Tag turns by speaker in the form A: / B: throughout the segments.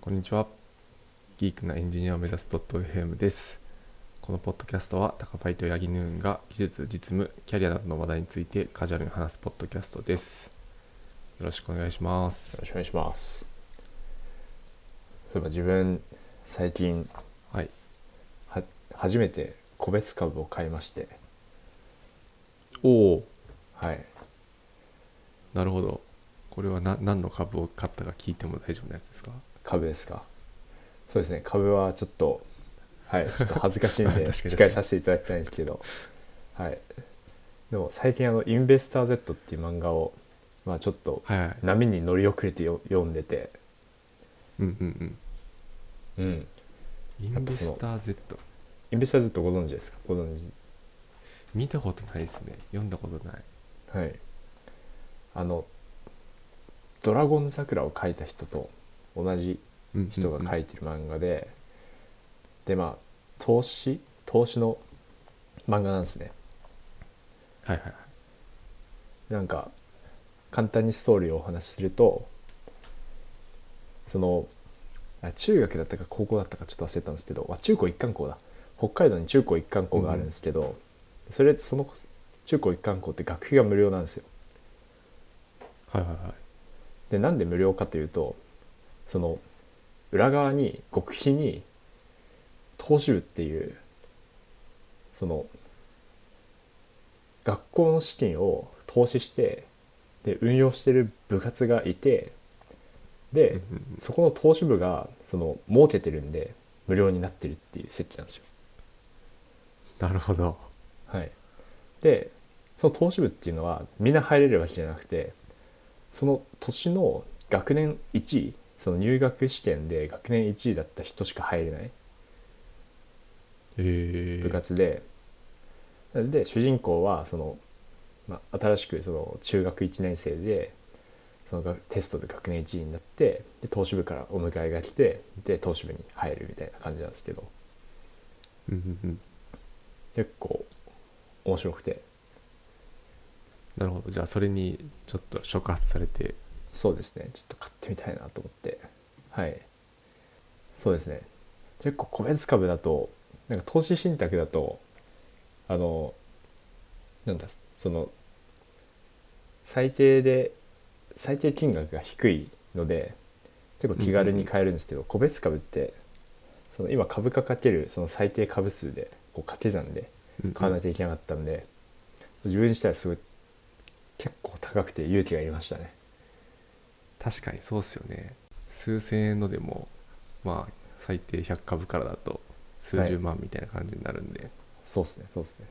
A: こんにちは。ギークなエンジニアを目指す .fm です。このポッドキャストは、タカパイとヤギヌーンが技術、実務、キャリアなどの話題についてカジュアルに話すポッドキャストです。よろしくお願いします
B: よ。ろしくお願いしますそういえば自分最近
A: はい。
B: は初めて個別株を買いまして
A: おお、
B: はい
A: なるほど。これはな何の株を買ったか聞いても大丈夫なやつですか
B: 株ですかそうですね株はちょっとはいちょっと恥ずかしいん
A: 確
B: で
A: かに確かに
B: 控えさせていただきたいんですけどはいでも最近あの「インベスター Z」っていう漫画をまあちょっと
A: はいはい。
B: 波に乗り遅れてよ読んでて
A: うんうん
B: うん
A: うん。イ
B: や
A: ン
B: っ
A: ベ
B: ぱその
A: スター Z。
B: インベスター Z ご存知ですかご存知
A: 見たことないですね。読んだことない。
B: はい、あの「ドラゴン桜」を描いた人と同じ
A: うんうんうん
B: 人が描いてる漫画で、でまあ投資投資の漫画なんですね
A: はいはいはい。
B: なんか簡単にストーリーをお話しするとそのあ中学だったか高校だったかちょっと忘れたんですけどあ中高一貫校だ北海道に中高一貫校があるんですけど、それその中高一貫校って学費が無料なんですよ
A: はいはいはい。
B: でなんで無料かというとその裏側に極秘に投資部っていうその学校の資金を投資してで運用してる部活がいて
A: うん
B: で
A: うんうん
B: そこの投資部がその儲けてるんで無料になってるっていう設置なんですよ。
A: なるほど。
B: はい、でその投資部っていうのはみんな入れるわけじゃなくてその年の学年1位その入学試験で学年1位だった人しか入れない
A: ええ
B: 部活で、で主人公はその、まあ、新しくその中学1年生でそのがテストで学年1位になってで投資部からお迎えが来てで投資部に入るみたいな感じなんですけど
A: うんうんうん。
B: 結構面白くて
A: なるほどじゃあそれにちょっと触発されて
B: そうですねちょっと買ってみたいなと思ってはいそうですね結構個別株だとなんか投資信託だとあのなんだその最低で最低金額が低いので結構気軽に買えるんですけど、個別株ってその今株価かけるその最低株数でこう掛け算で買わなきゃいけなかったんで、自分にしたらすごい結構高くて勇気がいりましたね
A: 確かにそうっすよね数千円のでもまあ最低100株からだと数
B: は
A: 十
B: い
A: 万みたいな感じになるんで、
B: そうですね、そうですね。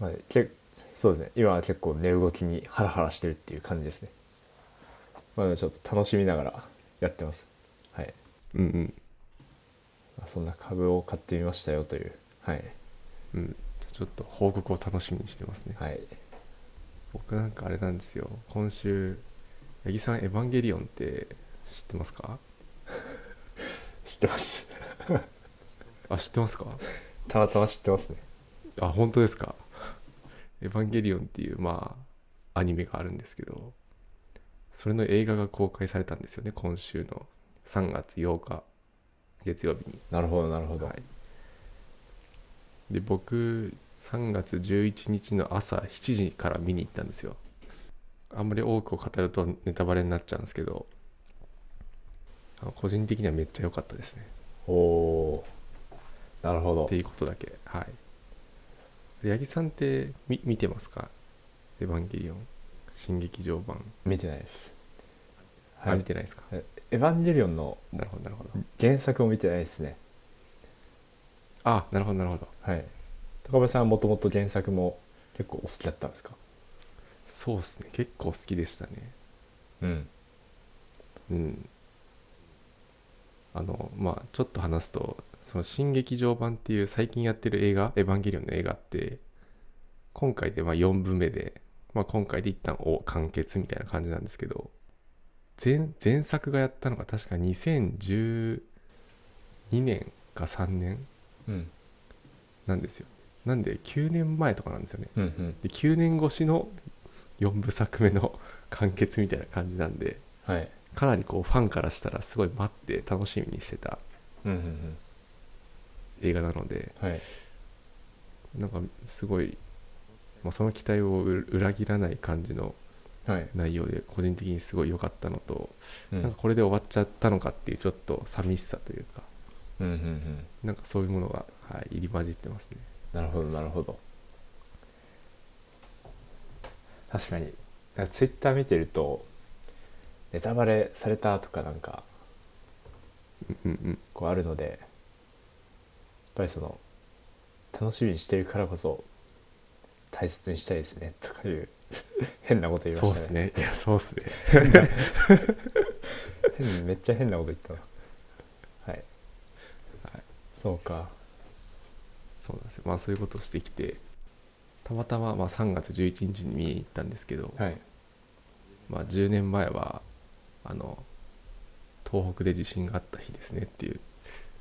B: まあ、けそうですね、今は結構寝動きにハラハラしてるっていう感じですね。まあ、ちょっと楽しみながらやってます。はい。
A: うんうん
B: まあそんな株を買ってみましたよという。はい。
A: うんじゃあちょっと報告を楽しみにしてますね、
B: はい。
A: 僕なんかあれなんですよ今週八木さん「エヴァンゲリオン」って知ってますか
B: 知ってます。
A: あ知ってますか
B: たまたま知ってますね。
A: あ本当ですか「エヴァンゲリオン」っていうまあアニメがあるんですけどそれの映画が公開されたんですよね今週の3月8日月曜日に
B: なるほど、なるほど。
A: はいで僕3月11日の朝7時から見に行ったんですよあんまり多くを語るとネタバレになっちゃうんですけどあの個人的にはめっちゃ良かったですね
B: おおー。なるほど
A: って。いうことだけはいで八木さんってみ見てますか「エヴァンゲリオン」新劇場版、
B: 見てないです。
A: あ
B: はい
A: 見。てないですか
B: えエヴァンゲリオンの
A: なるほどなるほど
B: 原作も見てないですね。
A: あなるほどなるほど
B: はい。高部さんはもともと原作も結構お好きだったんですか
A: そうっすね結構好きでしたね
B: うん。
A: うん、あのまあちょっと話すとその新劇場版っていう最近やってる映画「エヴァンゲリオン」の映画って今回でまあ4部目で、まあ、今回で一旦お完結みたいな感じなんですけど前前作がやったのが確か2012年か3年
B: うん
A: なんですよなんで9年前とかなんですよね
B: うんうん
A: で9年越しの4部作目の完結みたいな感じなんで
B: はい
A: かなりこうファンからしたらすごい待って楽しみにしてた
B: うんうん
A: 映画なので
B: うんはい
A: なんかすごい、まあ、その期待をう裏切らない感じの
B: はい、
A: 内容で個人的にすごい良かったのと、
B: うん、
A: なんかこれで終わっちゃったのかっていうちょっと寂しさというか
B: うんうんうん
A: なんかそういうものが、はい、入り混じってますね。
B: なるほどなるほど確かにツイッター見てるとネタバレされたとかなんか
A: うんうん
B: こうあるのでやっぱりその楽しみにしてるからこそ大切にしたいですねとかいう 変なこと言いま
A: そうで
B: したね
A: すね。いや、そうですね。
B: 変めっちゃ変なこと言ったなはい、
A: はい
B: そうか
A: そうなんですよ。まあ、そういうことをしてきて、たまたま、まあ、3月11日に見に行ったんですけど、
B: はい
A: まあ、10年前は、あの、東北で地震があった日ですねっていう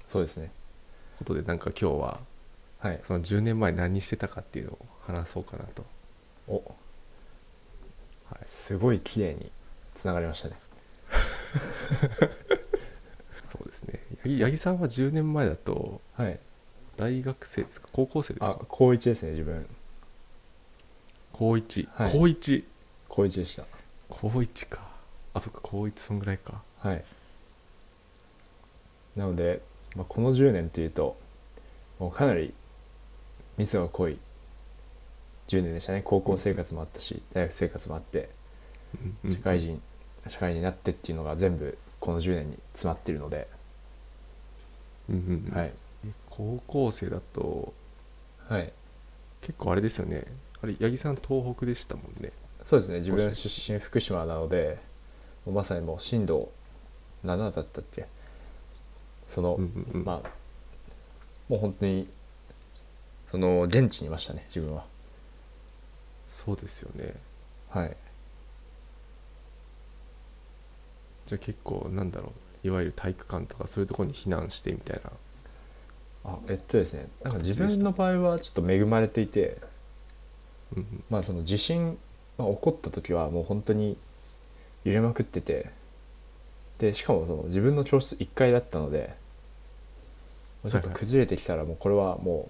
B: そうですね
A: ことで、なんか今日は、
B: はい
A: その10年前何してたかっていうのを話そうかなと。
B: お
A: はい、
B: すごい綺麗につながりましたね
A: そうですね。八木八木さんは10年前だと、
B: はい
A: 大学生ですか高校生です
B: あ
A: か
B: 高1ですね自分
A: 高1、
B: はい
A: 高1
B: 高1でした
A: 高1か。あ、そっか、高1そんぐらいか。
B: はいなので、まあ、この10年っていうともうかなり密が濃い10年でしたね高校生活もあったし大学生活もあって
A: うんうん
B: 社会人、社会になってっていうのが全部この10年に詰まっているので、
A: うんうん
B: はい
A: 高校生だと
B: はい
A: 結構あれですよねあれ八木さん東北でしたもんね
B: そうですね自分出身福島なのでもうまさにもう震度7だったっけその、
A: うんうんうん
B: まあもう本当にその現地にいましたね自分は
A: そうですよね
B: はい
A: じゃあ結構なんだろういわゆる体育館とかそういうところに避難してみたいな
B: あえっとですねなんか自分の場合はちょっと恵まれていて
A: うん
B: まあその地震、まあ、起こった時はもう本当に揺れまくっててでしかもその自分の教室1階だったのでもうちょっと
A: はいはい
B: 崩れてきたらもうこれはも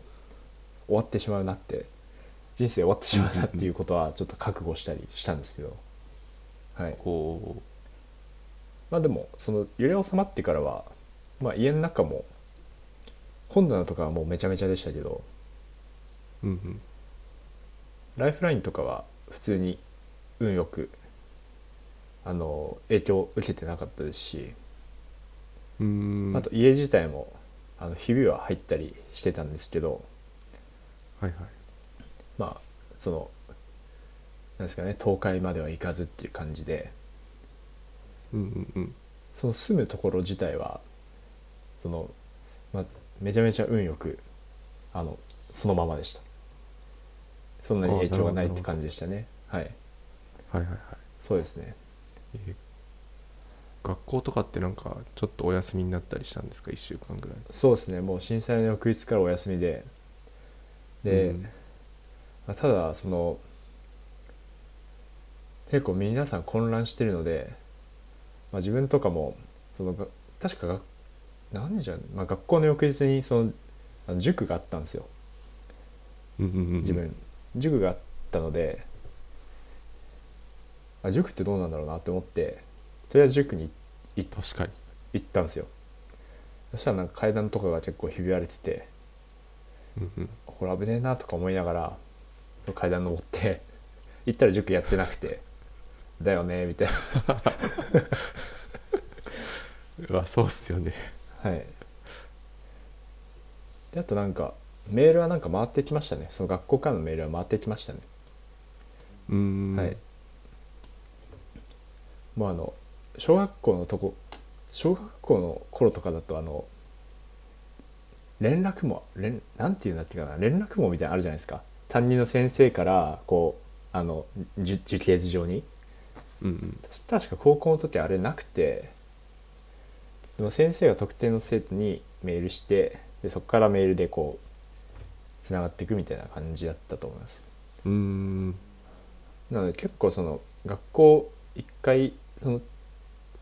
B: う終わってしまうなって人生終わってしまうなっていうことはちょっと覚悟したりしたんですけどはい
A: こ
B: まあでもその揺れ収まってからは、まあ、家の中も本棚とかはもうめちゃめちゃでしたけど
A: ううんうん
B: ライフラインとかは普通に運よくあの影響を受けてなかったですし、
A: うーん
B: あと家自体もあのひびは入ったりしてたんですけど
A: はいはい
B: まあそのなんですかね倒壊まではいかずっていう感じで
A: うんうんうん
B: その住むところ自体はその、まあ、めちゃめちゃ運よくあのそのままでしたそんなに影響がないって感じでしたねはい
A: はいはいはい
B: そうですね
A: えー学校とかってなんかちょっとお休みになったりしたんですか1週間ぐらい
B: そうですねもう震災の翌日からお休みでで、
A: うん
B: まあただその結構皆さん混乱してるので、まあ、自分とかもそのが確かが何じゃ、まあ、学校の翌日にそのあの塾があったんですよ
A: うんうんうん
B: 自分、塾があったのであ塾ってどうなんだろうなって思ってとりあえず塾に
A: 確かに
B: 行ったんですよそしたらなんか階段とかが結構ひび割れてて
A: うんうん
B: これ危ねえなとか思いながら階段登って 行ったら塾やってなくてだよねみたいな
A: うわそうっすよね
B: はいであとなんかメールはなんか回ってきましたねその学校からのメールは回ってきましたね、
A: うーん
B: はいもうあの小学校のとこ小学校の頃とかだとあの連絡網連なんていうんだっけかな連絡網みたいなのあるじゃないですか担任の先生からこうあのじ受刑図上に
A: うんうん
B: 確か高校の時あれなくてでも先生が特定の生徒にメールしてでそこからメールでこうつながっていくみたいな感じだったと思います
A: うーん
B: なので結構その学校一回その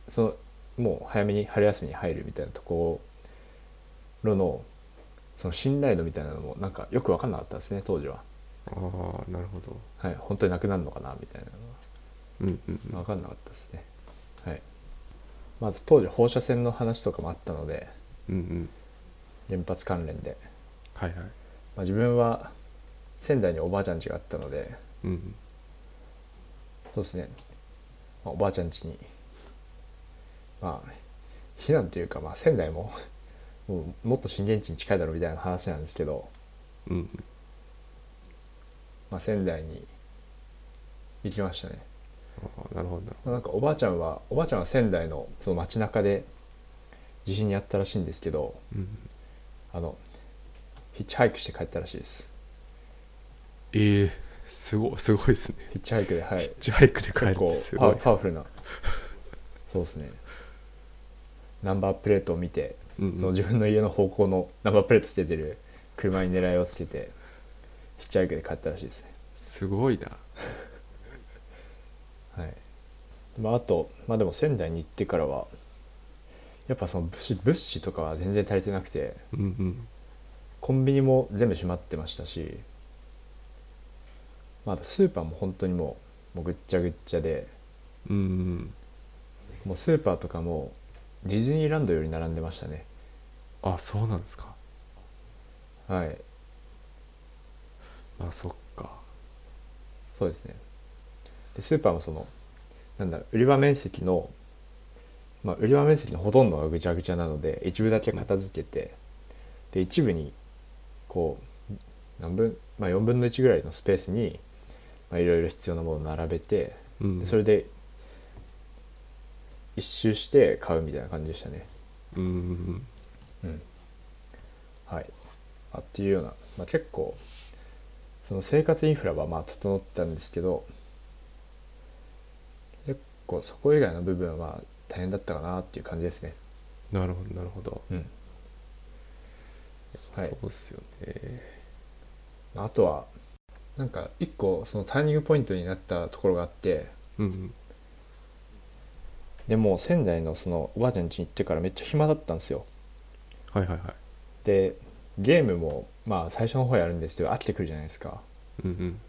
B: そのもう早めに春休みに入るみたいなところのその信頼度みたいなのもなんかよく分かんなかったですね当時は、
A: ああなるほど
B: はい、本当になくなるのかなみたいなの
A: うんうんうん
B: は分かんなかったですねはいまず当時放射線の話とかもあったので
A: うんうん
B: 原発関連で、
A: はいはい
B: まあ、自分は仙台におばあちゃん家があったので
A: うん
B: そうですね、まあ、おばあちゃん家にまあ避難というか、まあ、仙台ももうもっと震源地に近いだろうみたいな話なんですけど、
A: うんうん
B: まあ、仙台に行きましたね、
A: ああなるほどなる
B: まあなんかおばあちゃんはおばあちゃんは仙台のその街中で地震にあったらしいんですけど
A: ほど、うん、
B: あのヒッチハイクして帰ったらしいです
A: ええすごすごいですね
B: ヒッチハイクではい
A: ヒッチハイクで帰る
B: 結
A: って
B: 構
A: す
B: パ
A: ご
B: ワ
A: い
B: パワフルなそうですねナンバープレートを見て
A: うんうん
B: その自分の家の方向のナンバープレートつけてる車に狙いをつけてヒッチハイクで帰ったらしいですね、
A: すごいな
B: はいまあ、あとまあでも仙台に行ってからはやっぱその物資物資とかは全然足りてなくて
A: うんうん
B: コンビニも全部閉まってましたし、まあ、あとスーパーも本当にもうもうぐっちゃぐっちゃで
A: うんうん
B: もうスーパーとかもディズニーランドより並んでましたね
A: あそうなんですか
B: はい
A: あそっか
B: そうですねでスーパーもそのなんだろう売り場面積の、まあ、売り場面積のほとんどがぐちゃぐちゃなので一部だけ片付けてで一部にこう何分、まあ、4分の1ぐらいのスペースにまあいろいろ必要なものを並べて
A: うん
B: でそれで一周して買うみたいな感じでしたね
A: うんうん
B: うんはいあっていうような、まあ、結構その生活インフラはまあ整ったんですけど結構そこ以外の部分はまあ大変だったかなっていう感じですね
A: なるほどなるほど、
B: うんはい
A: そうっすよね
B: あとはなんか一個そのターニングポイントになったところがあって
A: うんうん
B: でもう仙台のそのおばあちゃん家に行ってからめっちゃ暇だったんですよ
A: はいはいはい
B: でゲームもまあ最初の方やるんですけど飽きてくるじゃないですか
A: うんうん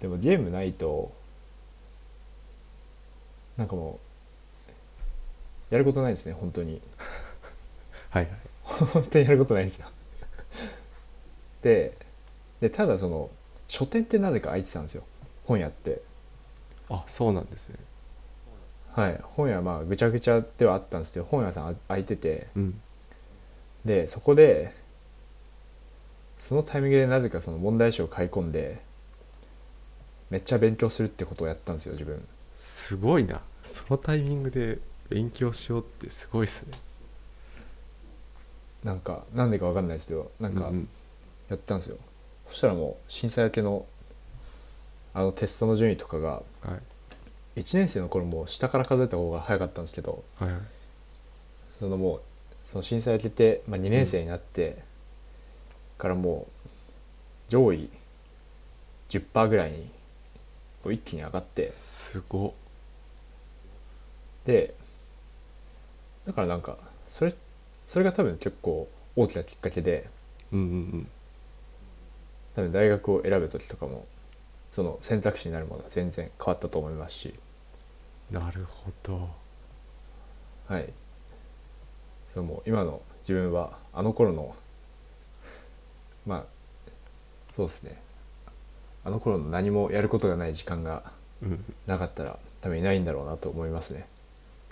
B: でもゲームないとなんかもうやることないですね本当に
A: はいはい
B: 本当にやることないんですよ ででただその書店ってなぜか空いてたんですよ本屋って
A: あそうなんですね
B: はい本屋はまあぐちゃぐちゃではあったんですけど本屋さんあ空いてて
A: うん
B: でそこでそのタイミングでなぜかその問題集を買い込んでめっちゃ勉強するってことをやったんですよ自分
A: すごいなそのタイミングで勉強しようってすごいっすね
B: なんかなんでかわかんないですけどなんか、
A: うんうん
B: やったんですよそしたらもう震災明けのあのテストの順位とかが
A: はい
B: 1年生の頃もう下から数えた方が早かったんですけど
A: はいはい
B: そのもうその震災明けて、まあ、2年生になって、からもう上位10%ぐらいにこう一気に上がって
A: すごっ
B: でだからなんかそれそれが多分結構大きなきっかけで
A: うんうん
B: 多分大学を選ぶ時とかもその選択肢になるものは全然変わったと思いますし。
A: うんなるほど
B: はいそうもう今の自分はあの頃のまあそうですねあの頃の何もやることがない時間が
A: うん
B: なかったら多分いないんだろうなと思いますね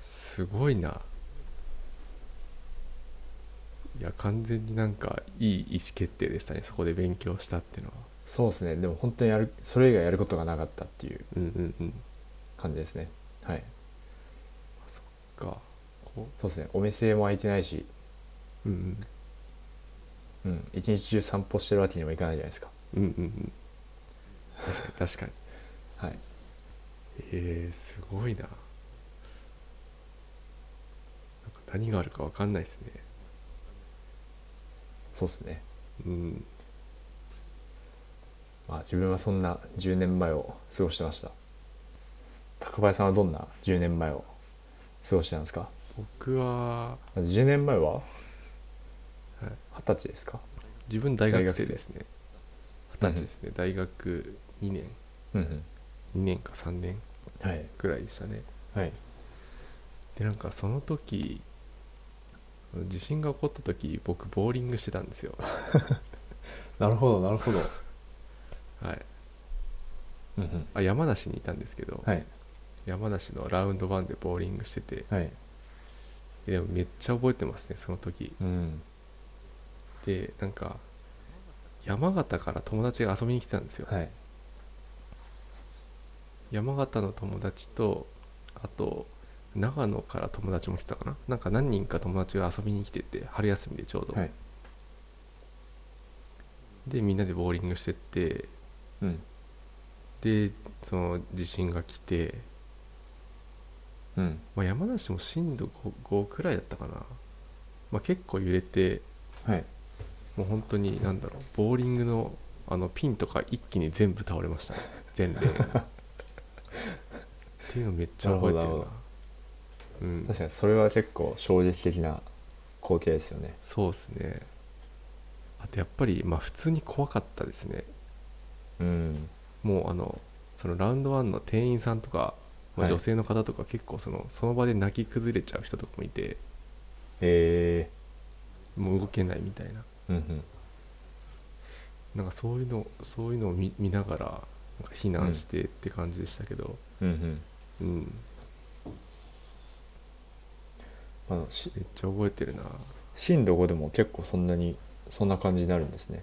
A: すごいないや完全になんかいい意思決定でしたねそこで勉強したっていうのは
B: そうですねでも本当にやるそれ以外やることがなかったっていう
A: うんうんうん
B: 感じですねはい
A: かこ
B: そうですねお店も開いてないし
A: ううん
B: うん一日中散歩してるわけにもいかないじゃないですか
A: うんうんうんうん確かに確かに
B: はい
A: えー、すごいななんか何があるかわかんないですね
B: そうですね
A: うん
B: まあ自分はそんな10年前を過ごしてました高高林さんはどんな10年前を過ごしてたんですか
A: 僕は
B: 10年前は
A: はい
B: 二十歳ですか
A: 自分大学生ですね二十歳ですね大学2年
B: うん
A: 2年か3年
B: うんはい
A: くらいでしたね
B: はい
A: でなんかその時地震が起こった時僕ボーリングしてたんですよ
B: なるほどなるほど
A: はい
B: うんうん
A: あ山梨にいたんですけど、
B: はい
A: 山梨のラウンドワンでボーリングしてて
B: はい
A: でもめっちゃ覚えてますねその時
B: うん
A: でなんか山形から友達が遊びに来てたんですよ、
B: はい
A: 山形の友達とあと長野から友達も来てたかななんか何人か友達が遊びに来てて春休みでちょうど、
B: はい
A: でみんなでボーリングしてって
B: うん
A: でその地震が来て、
B: うん
A: まあ、山梨も震度 5, 5くらいだったかな、まあ、結構揺れて
B: はい
A: もう本当に何だろうボーリングのあのピンとか一気に全部倒れま したね全連っていうのめっちゃ覚えてるな
B: なるほどなるほ
A: うん
B: 確かにそれは結構衝撃的な光景ですよね
A: そうですねあとやっぱりまあ普通に怖かったですね
B: うん
A: もうあのそのラウンドワンの店員さんとか、ま
B: は
A: あ、
B: い
A: 女性の方とか結構そのその場で泣き崩れちゃう人とかもいて
B: え
A: もう動けないみたいな
B: ー、うん
A: なんかそういうのそういうのを見見ながらなんか避難してって感じでしたけど、
B: うんうん
A: うん
B: うんあのし
A: めっちゃ覚えてるな
B: 震度5でも結構そんなにそんな感じになるんですね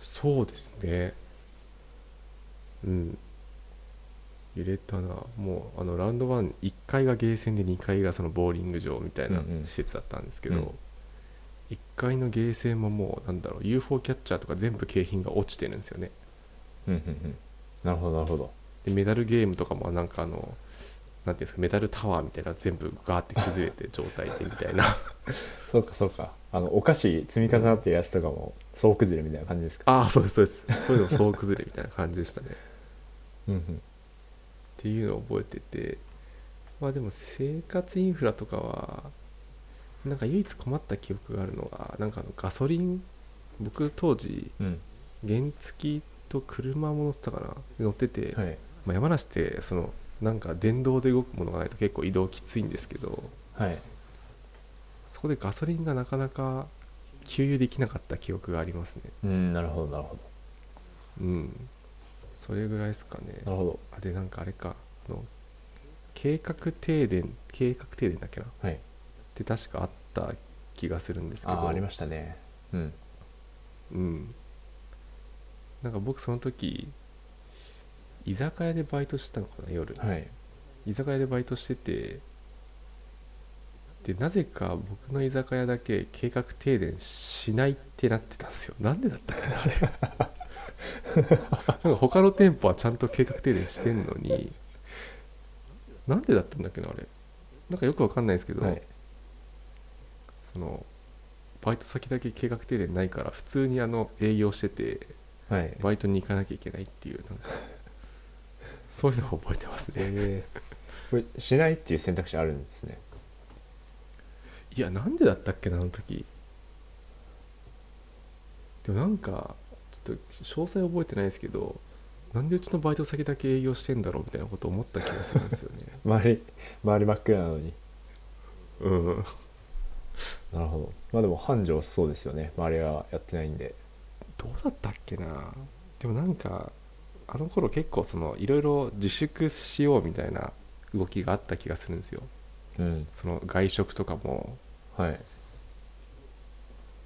A: そうですねうん揺れたなもうあのラウンドワン1階がゲーセンで2階がそのボーリング場みたいな
B: うんうん
A: 施設だったんですけど、
B: うん
A: 1階のゲーセンももうなんだろう UFO キャッチャーとか全部景品が落ちてるんですよね
B: うんうんうんなるほどなるほど
A: でメダルゲームとかもなんかあのなんていうんですかメダルタワーみたいな全部ガーって崩れて状態でみたい な
B: そうかそうかあのお菓子積み重なってるやつとかも総崩れみたいな感じですか
A: ああそうですそうですそういうの総崩れみたいな感じでしたね
B: うんうん
A: っていうのを覚えててまあでも生活インフラとかはなんか唯一困った記憶があるのがなんかあのガソリン僕当時
B: うん
A: 原付と車も乗ってたかな乗ってて、
B: はい
A: まあ、山梨ってそのなんか電動で動くものがないと結構移動きついんですけど
B: はい
A: そこでガソリンがなかなか給油できなかった記憶がありますね
B: うんなるほどなるほ
A: うんそれぐらいですかね
B: どなるほど
A: あでなんかあれかあの計画停電計画停電だっけな
B: はい
A: って確かあった気がするんですけ
B: あ
A: ど
B: あありましたねうん
A: うんなんか僕その時居酒屋でバイトしてたのかな夜、
B: はい
A: 居酒屋でバイトしててでなぜか僕の居酒屋だけ計画停電しないってなってたんですよなんでだったっけなあ れなんか他の店舗はちゃんと計画停電してんのになんでだったんだっけなあれなんかよくわかんないですけど、
B: はい
A: そのバイト先だけ計画停電ないから普通にあの営業してて
B: はい
A: バイトに行かなきゃいけないっていうなんか そういうのを覚えてますね
B: えー、これしないっていう選択肢あるんですね
A: いやなんでだったっけなあの時でもなんかちょっと詳細覚えてないですけどなんでうちのバイト先だけ営業してんだろうみたいなこと思った気がするんですよね
B: 周り周り真っ暗なのに
A: うん
B: なるほどまあでも繁盛しそうですよね周りはやってないんで
A: どうだったっけなでもなんかあの頃結構そのいろいろ自粛しようみたいな動きがあった気がするんですよ
B: うん
A: その外食とかも
B: はい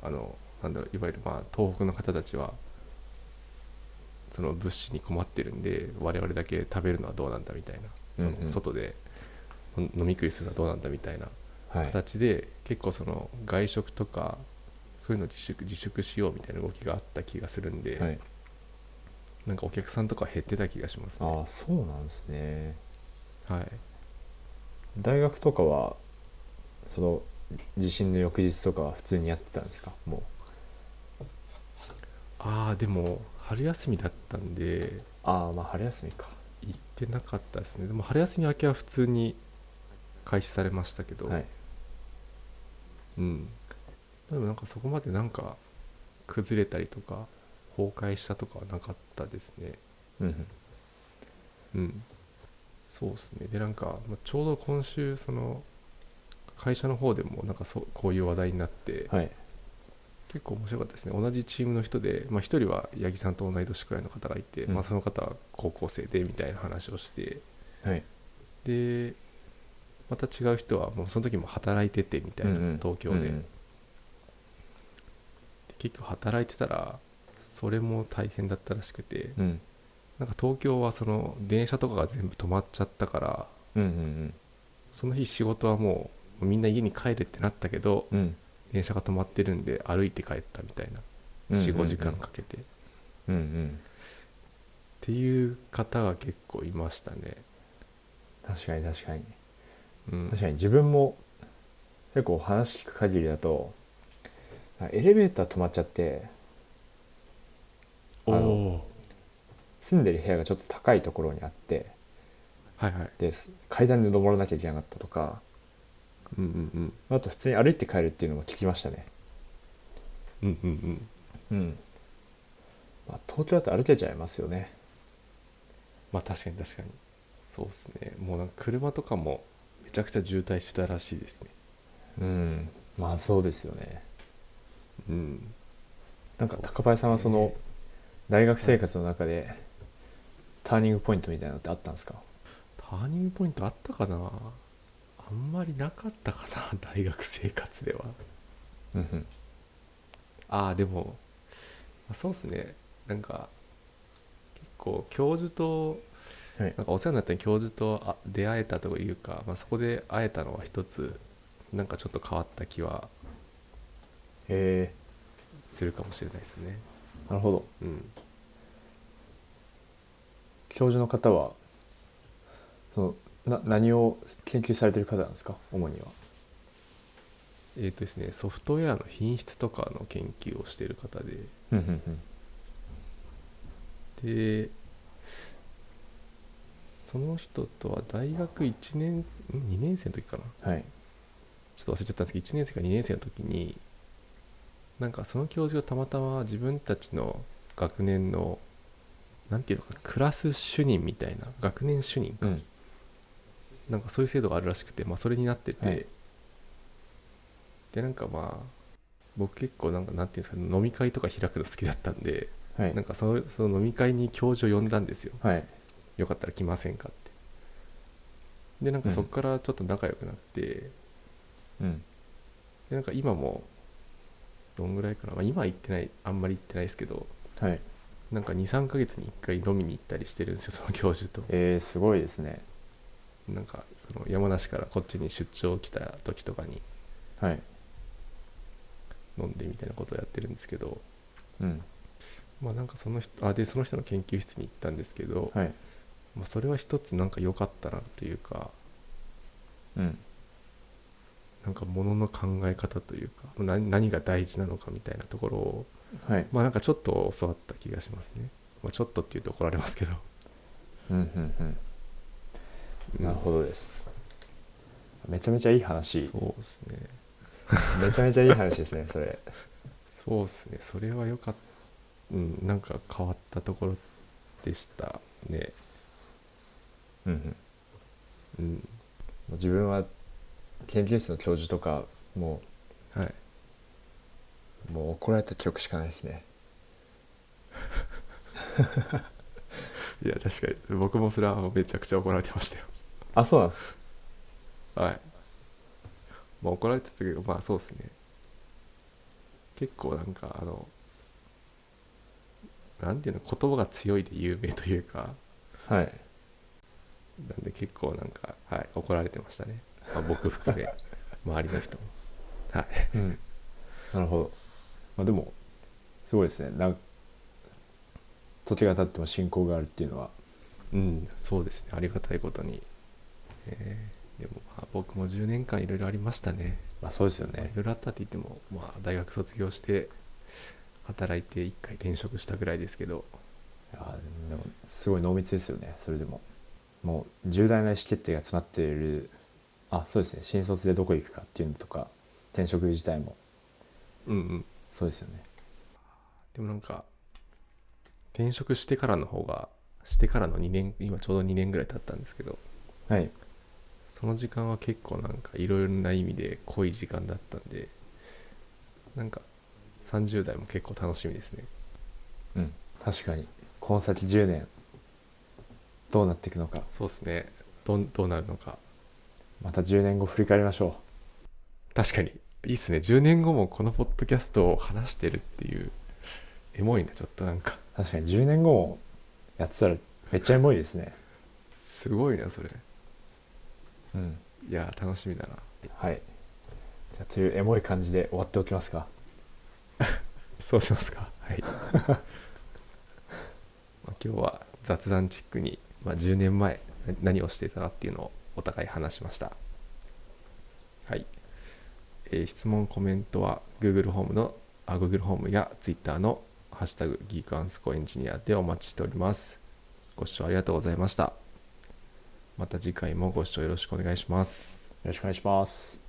A: あのなんだろういわゆるまあ東北の方たちはその物資に困ってるんで我々だけ食べるのはどうなんだみたいなそ
B: うんうん
A: の外で飲飲み食いするのはどうなんだみたいな
B: はい
A: 形で結構その外食とかそういうの自粛自粛しようみたいな動きがあった気がするんで、
B: はい
A: なんかお客さんとか減ってた気がしますね。
B: ああそうなんですね
A: はい、
B: 大学とかはその地震の翌日とかは普通にやってたんですかもう
A: ああでも春休みだったんで
B: ああまあ春休みか
A: 行ってなかったですねでも春休み明けは普通に開始されましたけど、
B: はい、
A: うんでもなんかそこまでなんか崩れたりとか崩壊したとかはなかったですね
B: うんうん、
A: うんそうですねでなんかまあちょうど今週その会社の方でもなんかそうこういう話題になって、
B: はい
A: 結構面白かったですね同じチームの人で、まあ、1人は八木さんと同い年くらいの方がいて、
B: うん
A: まあ、その方は高校生でみたいな話をして
B: はい
A: でまた違う人はもうその時も働いててみたいな、
B: うんうん
A: 東京で,、で結局働いてたらそれも大変だったらしくて、
B: うんうん
A: なんか東京はその電車とかが全部止まっちゃったから
B: うんうん
A: その日仕事はもうみんな家に帰るってなったけど、
B: うんうん
A: 電車が止まってるんで歩いて帰ったみたいな
B: うんうんうん
A: 45時間かけて、っ
B: うんうん
A: ていう方が結構いましたね、
B: 確かに確かに
A: うん、
B: 確かに自分も結構話聞く限りだとあエレベーター止まっちゃって
A: お
B: あの
A: お
B: 住んでる部屋がちょっと高いところにあって
A: ーはいはい
B: です階段で登らなきゃいけなかったとか
A: うんうん
B: あと普通に歩いて帰るっていうのも聞きましたね
A: うんうんうん
B: うん、まあ、東京だと歩けちゃいますよね
A: まあ確かに確かにそうですねもうなんか車とかもめちゃくちゃ渋滞してたらしいですね
B: うんまあそうですよね
A: うん
B: なんか高林さんはその大学生活の中でターニングポイントみたいなのってあったんですか
A: ターニングポイントあったかなあんまりなかったかな 大学生活では
B: うんうん
A: ああでもまあそうですねなんか結構教授と
B: はい
A: なんかお世話になった教授とあ出会えたというか、まあ、そこで会えたのは一つなんかちょっと変わった気は
B: え
A: するかもしれないですね
B: ー、なるほど
A: うん
B: 教授の方はそのな何を研究されてる方なんですか主には
A: えっ、とですねソフトウェアの品質とかの研究をしている方で
B: うんうんうん
A: でその人とは大学1年ん2年生の時かな
B: はい
A: ちょっと忘れちゃったんですけど1年生か2年生の時になんかその教授がたまたま自分たちの学年のなんていうのかなクラス主任みたいな学年主任か、
B: うん
A: なんかそういう制度があるらしくて、まあ、それになってて、
B: はい
A: でなんかまあ僕結構なんかなんていうんですかね飲み会とか開くの好きだったんで
B: はい
A: なんかそのその飲み会に教授を呼んだんですよ
B: はい
A: よかったら来ませんかってでなんかそこからちょっと仲良くなって、
B: うん
A: でなんか今もどんぐらいかな、まあ、今は行ってないあんまり行ってないですけど
B: はい
A: なんか23ヶ月に1回飲みに行ったりしてるんですよその教授と
B: えー、すごいですね
A: なんかその山梨からこっちに出張来た時とかに
B: はい
A: 飲んでみたいなことをやってるんですけど
B: うん
A: まあなんかその人あでその人の研究室に行ったんですけど、
B: はい
A: まあ、それは一つなんか良かったなというか
B: うん
A: なんかものの考え方というか何何が大事なのかみたいなところを
B: はい
A: まあなんかちょっと教わった気がしますね、まあ、ちょっとっていうと怒られますけど、
B: うんうんうん
A: うん
B: なるほどです。めちゃめちゃいい話。
A: そうですね
B: めちゃめちゃいい話ですね、それ。
A: そうですねそれは良かったうんなんか変わったところでしたね
B: うんうん、
A: うん
B: 自分は研究室の教授とか、も、
A: はいう
B: もう怒られた記憶しかないですね。
A: いや確かに僕もそれはめちゃくちゃ怒られてましたよ
B: あ、そうなんです。
A: はいまあ怒られてたけどまあそうですね結構なんかあのなんていうの言葉が強いで有名というか
B: はい。
A: なんで結構なんか、はい、怒られてましたね、まあ、僕含め 周りの人もはい
B: うん。なるほど。まあでも、すごいですね。なん時が経っても進行があるっていうのは。
A: うん、そうですね、ありがたいことに。えーでも、まあ、僕も10年間いろいろありましたね。
B: まあそうですよ
A: まあい。ろいろあったって言っても、まあ、大学卒業して、働いて1回転職したぐらいですけど、
B: いやでも、すごい濃密ですよね、それでも。もう重大な意思決定が詰まっているあそうですね新卒でどこ行くかっていうのとか転職自体も
A: うんうん
B: そうですよね
A: でもなんか転職してからの方がしてからの2年今ちょうど2年ぐらい経ったんですけど
B: はい
A: その時間は結構なんかいろいろな意味で濃い時間だったんでなんか30代も結構楽しみですね
B: うん確かにこの先10年どうなっていくのか
A: そうですねどんどうなるのか
B: また10年後振り返りましょ
A: 確かにいいっすね10年後もこのポッドキャストを話してるっていうエモいなちょっとなんか
B: う確かに10年後もやってたらめっちゃエモいですね
A: すごいなそれ
B: うん
A: いやー楽しみだな
B: はいじゃあというエモい感じで終わっておきますか
A: そうしますかはいまあ今日は雑談チックに、まあ、10年前な何をしていたかっていうのをお互い話しましたはい、えー質問コメントは Google ホームのあ Google ホームや Twitter の「ハッシュタグギークアンスコエンジニア」でお待ちしておりますご視聴ありがとうございましたまた次回もご視聴よろしくお願いします
B: よろしくお願いします